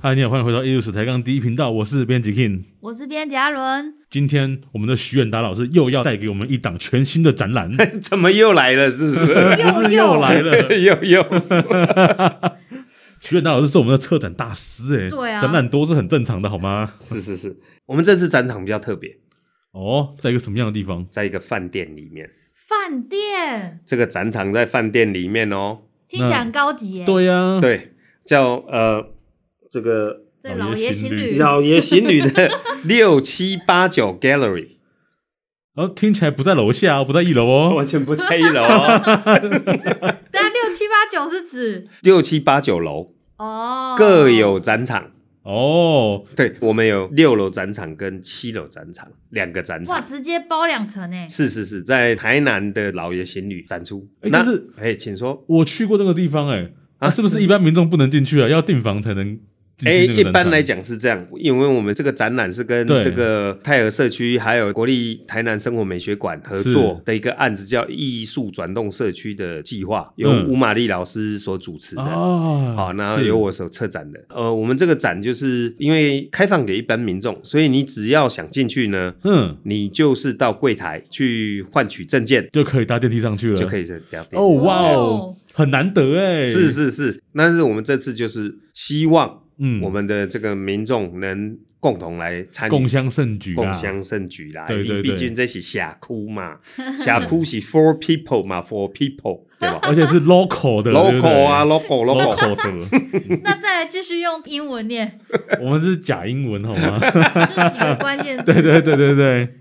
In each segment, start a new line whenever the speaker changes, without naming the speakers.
嗨，你好，欢迎回到艺术史台杠第一频道，我是编辑 King。
我是编辑阿伦，
今天我们的许远达老师又要带给我们一档全新的展 览，
怎么又来了？是不 是？
不是又来了。
又又，
许远达老师是我们的策展大师、哎，
对啊
展览多是很正常的，好吗？
是是是，我们这次展场比较特别，
哦，在一个什么样的地方？
在一个饭店里面。
饭店
这个展场在饭店里面哦，
听起来很高级耶，
对呀、
对，叫呃这个
对，
老
老
爷
爷
情
情
侣
侣，
老爷行旅 的六七八九 Gallery，
然后哦听起来不在楼下哦，不在一楼哦，
完全不在一楼哦，
但六七八九是指
六七八九楼
哦，
各有展场。
哦，
对，我们有六楼展场跟七楼展场两个展
哇，
场。
直接包两 层诶，
是是是，在台南的老爷行旅展出。
哎
那
就是
哎，请说。
我去过那个地方、哎、啊，是不是一般民众不能进去啊？要订房才能进
哎，
去那个
一
展
般
场
来讲是这样，因为我们这个展览是跟
对
这个泰和社区还有国立台南生活美学馆合作的一个案子，叫艺术转动社区的计划，由
嗯
吴玛丽老师所主持的。
啊，
好，然后
是
由我所策展的。呃，我们这个展就是因为开放给一般民众，所以你只要想进去呢，
嗯
你就是到柜台去换取证件，
就可以搭电梯上去了，
就可以这聊天。
哦，哇哦
哦，
很难得哎，
是，是是，但是我们这次就是希望
嗯，
我们的这个民众能共同来参与
共襄盛举啊啦，
啊共襄盛举啦，
对对
因为毕
对
竟这是社区嘛，社区是 for people 嘛，for people 对吧
而且是 local 的对不对
？local 啊，local local，
，local
那再来继续用英文念，
的， 我们是假英文好吗？
这几个关键
对
字，
对对对对，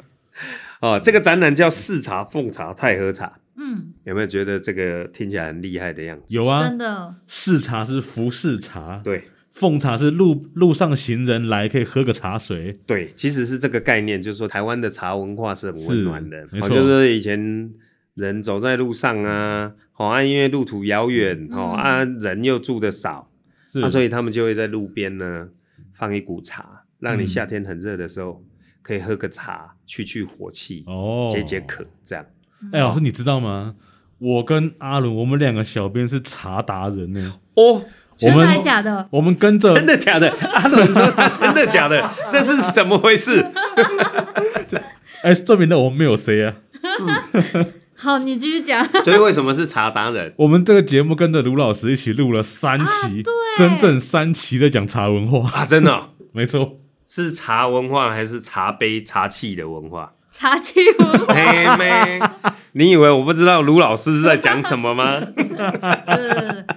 哦，这个展览叫四茶奉茶太和茶，
嗯，
有没有觉得这个听起来很厉害的样子？
有啊
真，的
视茶是服饰茶，
对
奉茶是路路上行人来可以喝个茶水，
对，其实是这个概念，就是说台湾的茶文化是很温暖的
是，没
哦，
错
就是以前人走在路上
嗯
啊，哦啊，因为路途遥远，哦
嗯
啊，人又住的少，
是
那、啊所以他们就会在路边呢放一股茶，让
嗯
你夏天很热的时候可以喝个茶，去去火气，
哦，
解解。渴。这样
嗯
哎，老师，你知道吗？我跟阿伦，我们两个小编是茶达人呢。
哦，
我
真的还
们
假的？
我们跟着
真的假的？阿伦说 他真的假的，这是怎么回事？
哎，证明了我们没有谁啊。
好，你继续讲，
所以为什么是茶达人？
我们这个节目跟着卢老师一起录了三期，
啊对
真正三期在讲茶文化，
啊，真的哦、
没错。
是茶文化还是茶杯茶器的文化？
茶气 文化
嘿妹，你以为我不知道卢老师是在讲什么 吗？
是，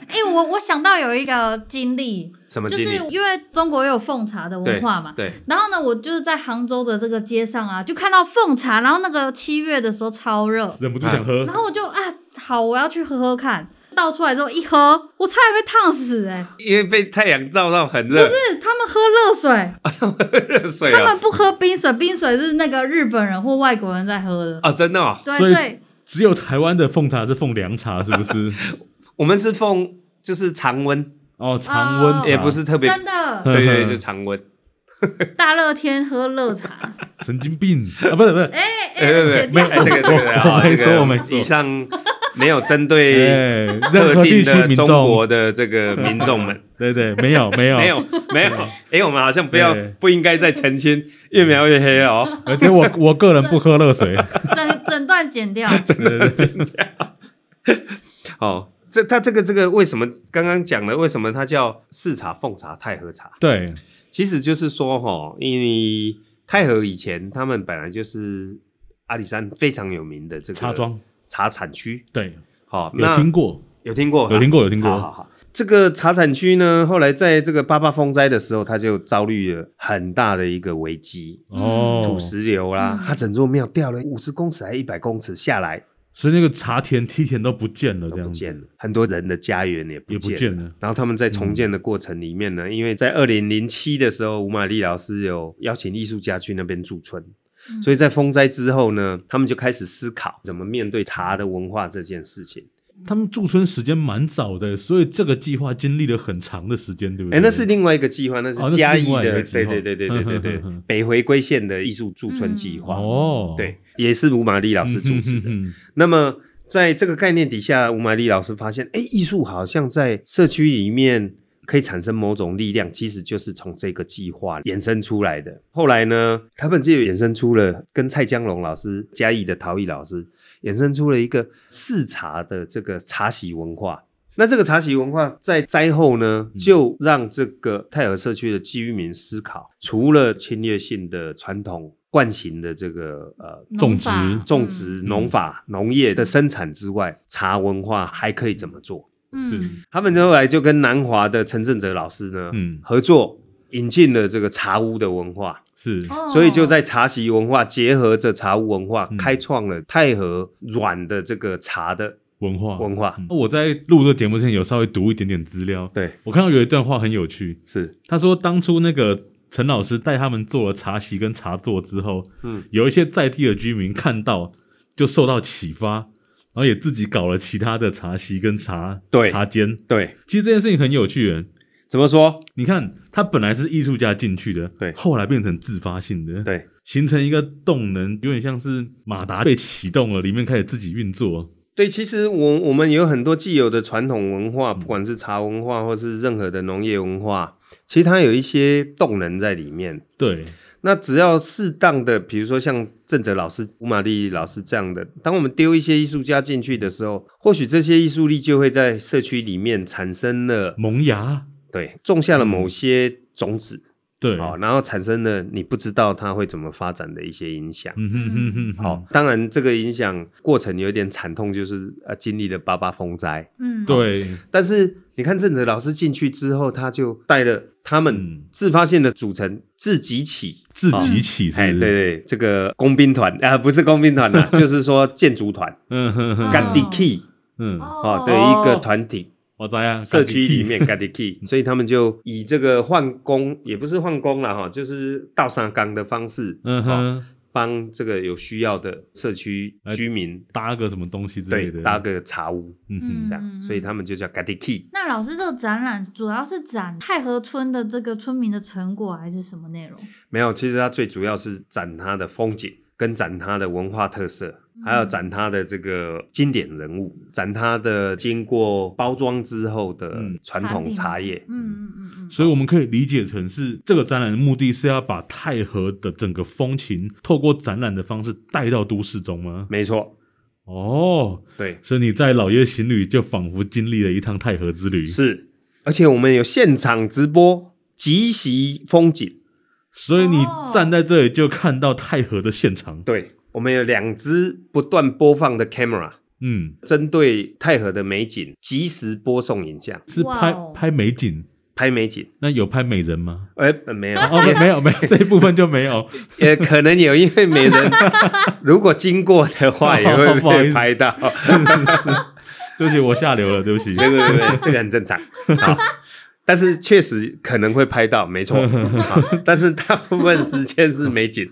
哎，我我想到有一个经历，
什么
就
经
是
理？
因为中国有奉茶的文化嘛，
对，
然后呢，我就是在杭州的这个街上啊，就看到奉茶，然后那个七月的时候超热，
忍不住想
嗯
喝
然。后我就啊，好，我要去喝喝看。倒出来之后一喝，我差点被烫死哎、
因为被太阳照到很热，
是他们喝热水，
热水
他
啊
们不喝冰水，冰水是那个日本人或外国人在喝的。
啊，真的哦，
对，
所以
所以
只有台湾的奉茶是奉凉茶，是不 是？
我们是奉就是常温，
哦，常温茶
也不是特别，
真的
对对，
嗯
就常温。
大热天喝热茶，
神经病啊！不是不是，
哎哎、
哎， 对
剪
对
掉
对，哎这个这个啊，
我没
这
说
个
我没说
以上没有针对
哎，任
特
何地
定
区
的
民
中
众，
国的这个民众们，
对对，没 有 没有
没有，没有。哎，我们好像不要
对
不应该再澄清，越描越黑了哦。
而且 我我个人不喝热水，
整整段哎剪掉，
对对对，
哦，这他这个这个为什么刚刚讲了？为什么它叫四茶、奉茶、太和茶？
对，
其实就是说哈，因为太和以前他们本来就是阿里山非常有名的这个
茶庄
茶产区。
对，
好，
有
那
听过，
有听过，
有听过，有听
好好
过，
好。这个茶产区呢，后来在这个八八风灾的时候，它就遭遇了很大的一个危机，
哦
土，石流啦，
嗯
它整座庙掉了五十公尺还一百公尺下来
所以那个茶田梯田都不见了，这
都不
样
见
子
了，很多人的家园也不
也不
见了。
见嗯了，
然后他们在重建的过程里面呢，因为在二零零七的时候，吴玛丽老师有邀请艺术家去那边驻村，
嗯
所以在风灾之后呢，他们就开始思考怎么面对茶的文化这件事情。
他们驻村时间蛮早的，所以这个计划经历了很长的时间，对不对？
哎，那是另外一个计划，那
嗯
是
哦那是
嘉义
另外一
的，
个计
对
划
对对对对对对
嗯嗯嗯嗯，
北回归线的艺术驻村计划，
哦，
对，也是吴玛丽老师主持的。
嗯，嗯嗯
那么在这个概念底下，吴玛丽老师发现，哎，艺术好像在社区里面可以产生某种力量，其实就是从这个计划衍生出来的。后来呢，他们就衍生出了跟蔡江龙老师、嘉义的陶艺老师衍生出了一个试茶的这个茶席文化。那这个茶席文化在灾后呢，就让这个泰尔社区的居民思考，除了侵略性的传统惯行的这个呃
种
农
植
法
种植、农法、农业的生产之外，茶文化还可以怎么做？
嗯
他们后来就跟南华的陈正哲老师呢，
嗯
合作引进了这个茶屋的文化，
是
嗯，哦
所以就在茶席文化结合着茶屋文化，
嗯
开创了太和软的这个茶的
文化。
文化。
嗯我在录这个节目之前有稍微读一点点资料，
对，
我看到有一段话很有趣，
是，
他说当初那个陈老师带他们做了茶席跟茶座之后，
嗯，
有一些在地的居民看到就受到启发，然后也自己搞了其他的茶席跟茶
对
茶间。
对，
其实这件事情很有趣耶，
怎么说？
你看他本来是艺术家进去的，
对
后来变成自发性的，，
对，
形成一个动能，有点像是马达被启动了，里面开始自己运作。
对，其实我我们有很多既有的传统文化，不管是茶文化或是任何的农业文化，其实它有一些动能在里面。
对，
那只要适当的，比如说像郑哲老师、吴玛丽老师这样的，当我们丢一些艺术家进去的时候，或许这些艺术力就会在社区里面产生了，
萌芽，
对，种下了某些种子，
对，
好、然后产生了你不知道它会怎么发展的一些影响。
嗯哼哼哼，
好、当然这个影响过程有点惨痛，就是呃经历了八八风灾，
嗯，
对，
但是你看郑哲老师进去之后，他就带了他
嗯
们自发性的组成自己起。
自己起
哎，
是，
对，对，这个工兵团啊、不是工兵团 啦、就是说建筑团
嗯哼哼，
干地 key
嗯，
哦
哦，
的一个团体，
我知啊，
社区里
干
面干地 key，所以 他们就以这个换工，也不是换工啦哈，就是倒上岗的方式，
嗯
哦，
哼，
帮这个有需要的社区
哎
居民
搭个什么东西之类
对
的，
搭，个茶屋
嗯哼，
嗯
这样，所以他们就叫干地 key。
那老师，这个展览主要是展太和村的这个村民的成果，还是什么内容？
没有，其实它最主要是展它的风景，跟展它的文化特色，还有展它的这个经典人物，展它的经过包装之后的
嗯
传统茶叶。
嗯嗯嗯
所以我们可以理解成是这个展览的目的是要把太和的整个风情透过展览的方式带到都市中吗？
没错，
哦，
对，
所以你在老爷行旅就仿佛经历了一趟太和之旅，
是，而且我们有现场直播即席风景，
所以你
哦
站在这里就看到太和的现场，
对我们有两支不断播放的 camera，
嗯，
针对太和的美景及时播送影像，
是
哇
拍
哦
拍美景，
拍美景。
那有拍美人 吗？
哎、呃没有，
哦，没没有没有这一部分就没有，
也可能有，因为美人如果经过的话，也会
不好意
被
思
拍到。
对不起，我下流了，对不起。
对对对对，这个很正常。好，但是确实可能会拍到，没错。好但是大部分时间是美景。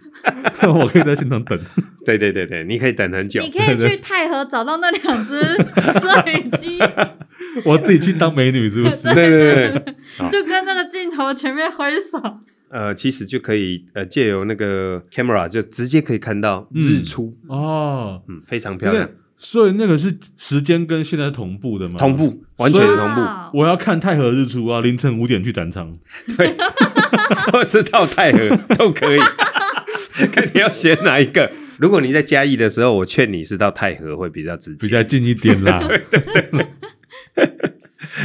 我可以在现场等。
对对对对，你可以等很久
你。可以去太和找到那两只摄影机，
啊
我自己去当美女是不是？
对对对对，
就跟那个镜头前面挥 手。
呃，其实就可以呃借由那个 camera 就直接可以看到日出，
哦，
嗯，非常漂
那
亮，
所以那个是时间跟现在是同步的吗？
同。步，完全同步。
哇哦
我要看太和日出啊，凌晨五点去展 场。
对， 或是到太和都可以， 看你要选哪一个。如果你在嘉义的时候，我劝你是到太和会比较直
比
接。
较近一点啦。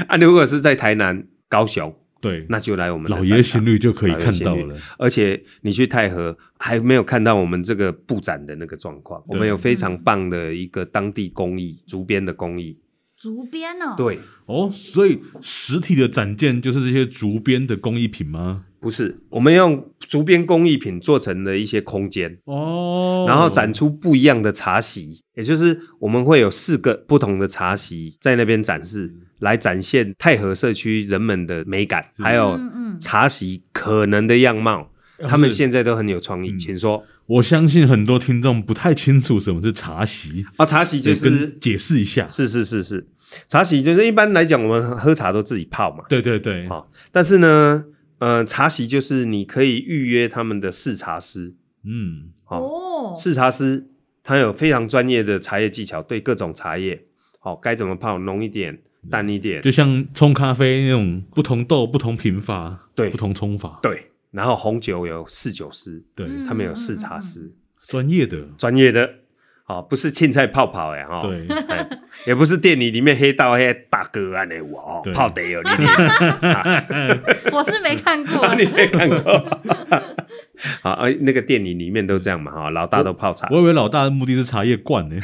啊，如果是在台南、高雄，
对，
那就来我们的
老
展
爷
览
行旅就可以看到
老爷行
了
旅。而且你去太和还没有看到我们这个布展的那个状况，我
对
们有非常棒的一个当地工艺，竹编的工艺。
竹编哦，，
对，
哦，所以实体的展件就是这些竹编的工艺品吗？
不是我们用竹编工艺品做成的一些空间，
哦，
然后展出不一样的茶席，也就是我们会有四个不同的茶席在那边展示，
嗯
来展现太和社区人们的美感，还有
嗯嗯
茶席可能的样貌。
要是
他们现在都很有创意，
嗯
请说。
我相信很多听众不太清楚什么是茶席，
啊，茶席就
所以
是
跟解释一下。
是是是是，茶席就是一般来讲，我们喝茶都自己泡嘛。
对对对，
好、但是呢，呃，茶席就是你可以预约他们的试茶师，
嗯，
哦，
哦，
试茶师哦他有非常专业的茶叶技巧，对各种茶叶，好、该怎么泡浓一点，
嗯
淡一点，
就像冲咖啡那种不同豆、不同品法、
对
不同冲法，
对。然后红酒有侍酒师，
对，
嗯
他们有侍茶师，
专业的，
专业的啊、不是青菜泡泡哎哈，
对，
哎，也不是店里里面黑道黑大哥啊那我哦
对，
泡得有你你
我是没看过
你没看过？好，哎，那个店里里面都这样嘛哈，老大都泡茶，
我以为老大的目的是茶叶罐呢，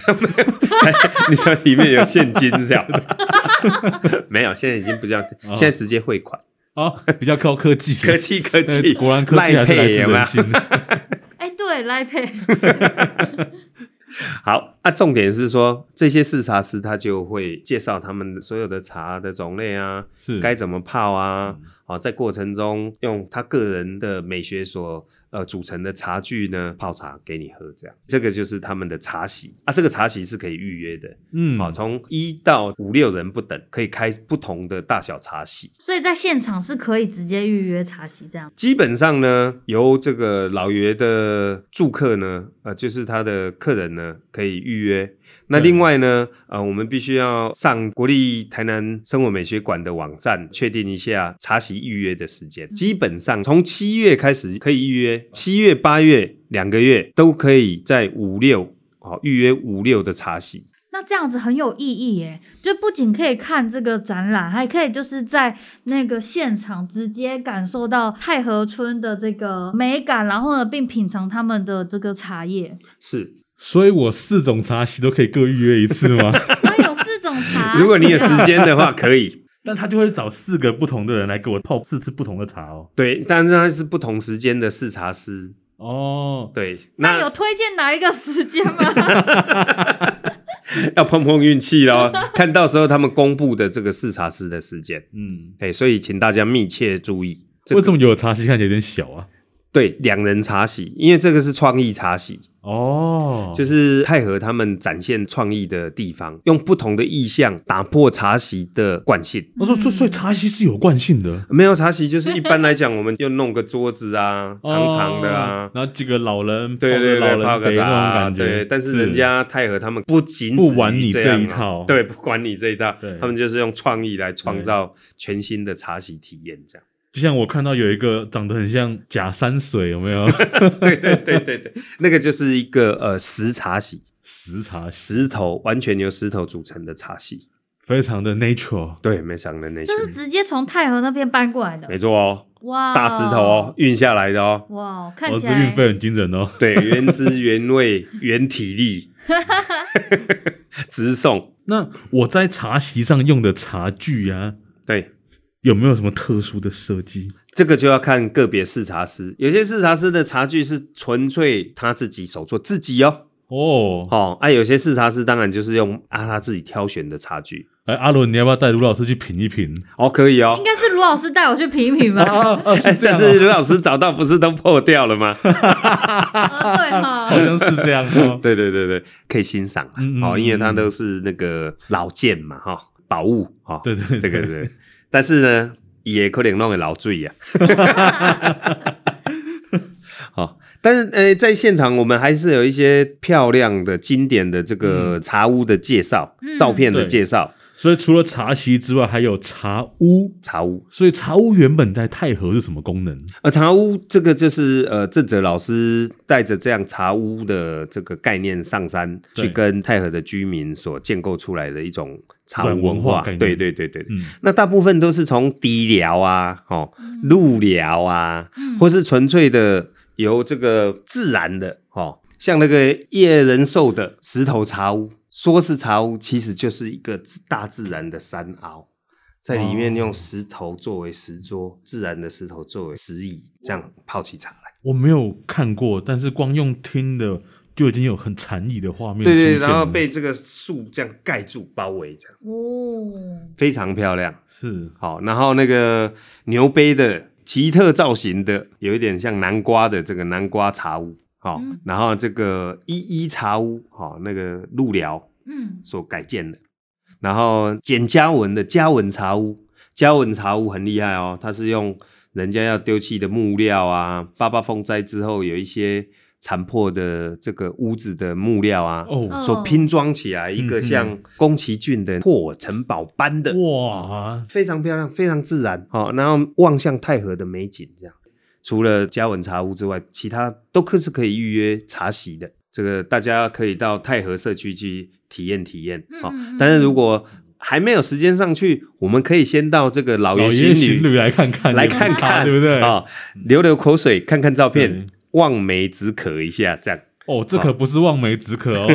你说里面有现金是这样的？ 没有，现在已经不这样，
哦
现在直接汇款，
啊，比较高科技，
科技 科
哎
技，
果然科技还
赖
是来
配
自
有没有
人心。
哎、对，来配，
好，那、重点是说这些试茶师他就会介绍他们所有的茶的种类啊，
是嗯
该怎么泡啊，好、在过程中用他个人的美学所呃组成的茶具呢泡茶给你喝，这样这个就是他们的茶席啊，这个茶席是可以预约的，
嗯，
好、从一到五六人不等，可以开不同的大小茶席。
所以在现场是可以直接预约茶席这样。
基本上呢，由这个老爷的住客呢，呃，就是他的客人呢，可以预约。那
对
另外呢，呃，我们必须要上国立台南生活美学馆的网站，确定一下茶席预约的时间。基本上从七月开始可以预约，七月、八月两个月都可以在五六哦预约五六的茶席。
那这样子很有意义耶，就不仅可以看这个展览，还可以就是在那个现场直接感受到太和村的这个美感，然后呢，并品尝他们的这个茶 叶。
是，
所以我四种茶席都可以各预约一次吗？
因为有四种茶，
如果你有时间的话，可以。
但他就会找四个不同的人来给我泡四次不同的茶哦。
对，但是它是不同时间的试茶师。
哦，
对，
那有推荐哪一个时间 吗？
要碰碰运气咯，看到时候他们公布的这个视察师的时间，
嗯，
哎，所以请大家密切注意。这
为
个
什么有的茶席看起来有点小啊？
对两人茶席，因为这个是创意茶席，
哦，
就是是太和他们展现创意的地方，用不同的意象打破茶席的惯性。
我哦说，所以所以茶席是有惯性的，
没有茶席，就是一般来讲，我们就弄个桌子啊，长长的啊
哦，然后几个老人，
对对
泡个
对，
老
泡
人杯
个
那种
茶，
感觉。
对。但是人家太和他们不仅
不
止于
玩你
样
这一
啊
套
对，不管你这一套
对，
他们就是用创意来创
对
造全新的茶席体验，这样。
就像我看到有一个长得很像假山水，有没 有？
对对对对对，那个就是一个呃石茶席，
石茶席
石头完全由石头组成的茶席。
非常的 natural，
对，没想到那些
这，是啊直接从太和那边搬过来的
没，错哦，
哇，
大石头哦，，运下来的哦。
哇，
哇，
看起
这
来
运费很惊人哦。
对，原汁原味，原体力，直送。
那我在茶席上用的茶具啊，
对，
有没有什么特殊的设计？
这个就要看个别试茶师，有些试茶师的茶具是纯粹他自己手做自己哦，
哦，
哦，啊，有些试茶师当然就是用啊他自己挑选的茶具，
哎，阿伦，你要不要带卢老师去品一品？
哦，可以哦
应，该是卢老师带我去品品 吧？
啊 啊，是这
但
样、
是刘老师找到不是都破掉了吗？
呃对哈
好，像是这样哦。
对对对对，可以欣赏啊
嗯嗯
哦，因为它
嗯
都是那个老件嘛，哈、宝物哈，哦、
对对对
这个对。但是呢，也可能弄个老醉 呀、啊。好、但是呃，在现场我们还是有一些漂亮的、经典的这个茶屋的介绍、
嗯
照片的
嗯对
介绍，
所以除了茶席之外，还有茶屋。
茶屋。
所以茶屋原本在太和是什么功能？
呃，茶屋这个就是呃，郑哲老师带着这样茶屋的这个概念上山，
对
去跟太和的居民所建构出来的一种茶
软
屋文
文化
化。
概念
对对对对，
嗯，
那大部分都是从低疗啊、哦、路疗啊，或是纯粹的由这个自然的哦，像那个叶仁寿的石头茶屋，说是茶屋，其实就是一个自大自然的山凹，在里面
哦
用石头作为石桌，自然的石头作为石椅，这样泡起茶来。
我没有看过，但是光用听的就已经有很禅意的画面
对对，
出现
然后
了
被这个树这样盖住包围，这样
哦，
非常漂亮。
是
好，然后那个牛杯的奇特造型的，有一点像南瓜的这个南瓜茶屋，好、
嗯
然后这个一一茶屋，好、那个路寮
嗯，
所改建的，然后简嘉文的嘉文茶屋，嘉文茶屋很厉害哦，它是用人家要丢弃的木料啊，八八风灾之后有一些残破的这个屋子的木料啊，
哦，
所拼装起来一个像宫崎骏的破城堡般的，
哇，
非常漂亮，非常自然。好、然后望向太和的美景，这样。除了嘉文茶屋之外，其他都可是可以预约茶席的。这个大家可以到太和社区去体验体验
嗯
好，
嗯嗯
但是如果还没有时间上去，我们可以先到这个老
老
爷
爷
新
情
旅
侣来看看，
来
有没有
看
差
看，
对不对？
啊、流流口水，看看照
对
片，望梅止渴一下，这样。
哦，这可不是望梅止渴哦，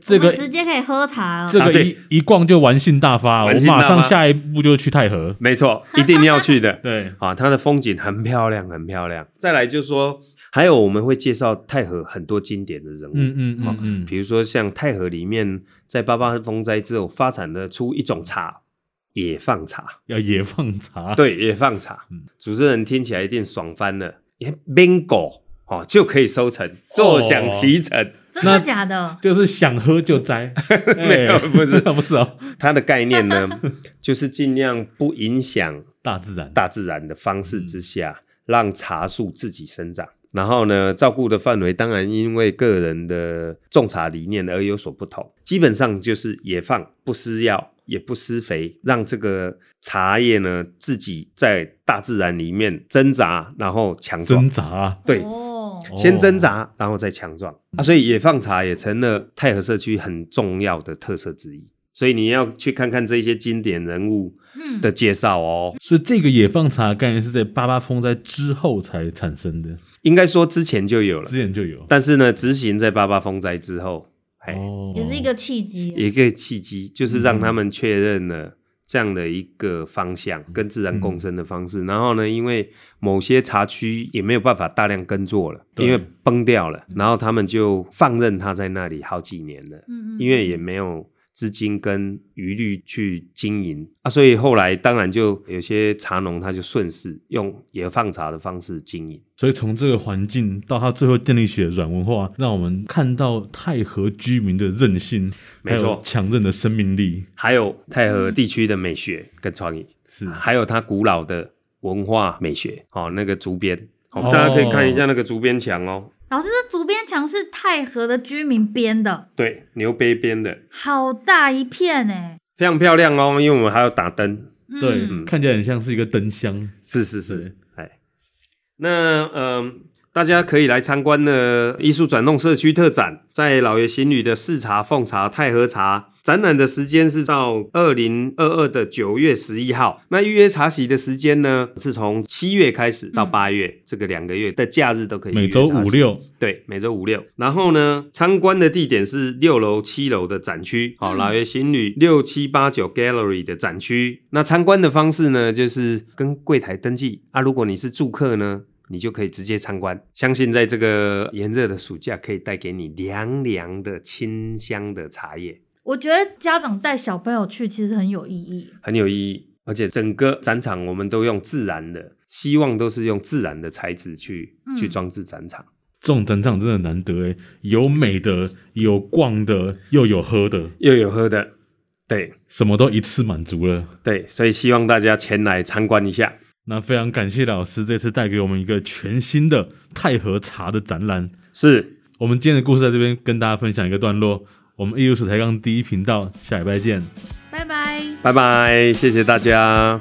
这
我
个
们直接可以喝茶了。
这
啊
个
对
一一逛就玩性大发，
玩
我
性大
马
发
上下一步就去太和。
没错，一定要去的。
对，
啊，它的风景很漂亮，很漂亮。再来就是说，还有我们会介绍太和很多经典的人物，
嗯嗯
好
嗯嗯，
比如说像太和里面，在八八风灾之后发展了出一种茶，野放茶。
要野放茶，
对，野放茶
嗯，
主持人听起来一定爽翻了，也 bingo 哦就可以收成，坐享
哦
其成。
真的假的？
就是想喝就摘，
没有
哎
不 是
不是哦，
它的概念呢， 就是尽量不影响
大自然，
大自然的方式之下，让茶树自己生长。然后呢，照顾的范围当然因为个人的种茶理念而有所不同。基本上就是野放，不施药，也不施肥，让这个茶叶呢自己在大自然里面挣扎，然后强壮
挣。扎，啊
对，
哦，
先挣扎，然后再强壮啊！所以野放茶也成了太和社区很重要的特色之一。所以你要去看看这些经典人物
嗯
的介绍哦。
所以这个野放茶的概念是在八八风灾之后才产生的，
应该说之前就有了
之，前就有。
但是呢，执行在八八风灾之后，哎，
哦，嗯
也是一个契机。啊
一个契机，就是让他们确认了这样的一个方向，
嗯
跟自然共生的方式。然后呢，因为某些茶区也没有办法大量耕作了，
对嗯
因为崩掉了，然后他们就放任它在那里好几年了，
嗯嗯，
因为也没有。资金跟余力去经营啊，所以后来当然就有些茶农他就顺势用野放茶的方式经营。
所以从这个环境到它最后建立起的软文化，让我们看到太和居民的韧性，
没错
还有强韧的生命力。
还有太和地区的美学跟创意，
是
还有它古老的文化美学，哦，那个竹编，
哦
哦，大家可以看一下那个竹编墙哦，
老师，这竹编墙是太和的居民编的，
对，牛背编的，
好大一片哎。
非常漂亮哦，因为我们还要打灯，
嗯
对，
嗯
看起来很像是一个灯箱。
是
对
是是，哎，那嗯、大家可以来参观呢艺术转动社区特展，在老爷新旅的市茶、奉茶、太和茶。展览的时间是到二零二二的九月十一号。那预约茶席的时间呢，是从七月开始到八月、这个两个月的假日都可以预约
嗯每周
茶
五
席
六，
对，每周五六。然后呢，参观的地点是六楼、七楼的展区，好、
嗯
老爷新旅六七八九 Gallery 的展区。那参观的方式呢，就是跟柜台登记啊。如果你是住客呢，你就可以直接参观。相信在这个炎热的暑假，可以带给你凉凉的清香的茶叶，
我觉得家长带小朋友去其实很有意义。
很有意义。而且整个展场我们都用自然的，希望都是用自然的材质去、去
嗯
装置展场。
这种展场真的难得诶，有美的，有逛的，又有喝的，
又有喝的，对。
什么都一次满足了。
对，所以希望大家前来参观一下。
那非常感谢老师这次带给我们一个全新的太和茶的展览。
是，
我们今天的故事在这边跟大家分享一个段落。我们艺术史抬杠第一频道，下礼拜见。
拜拜。
拜拜，谢谢大家。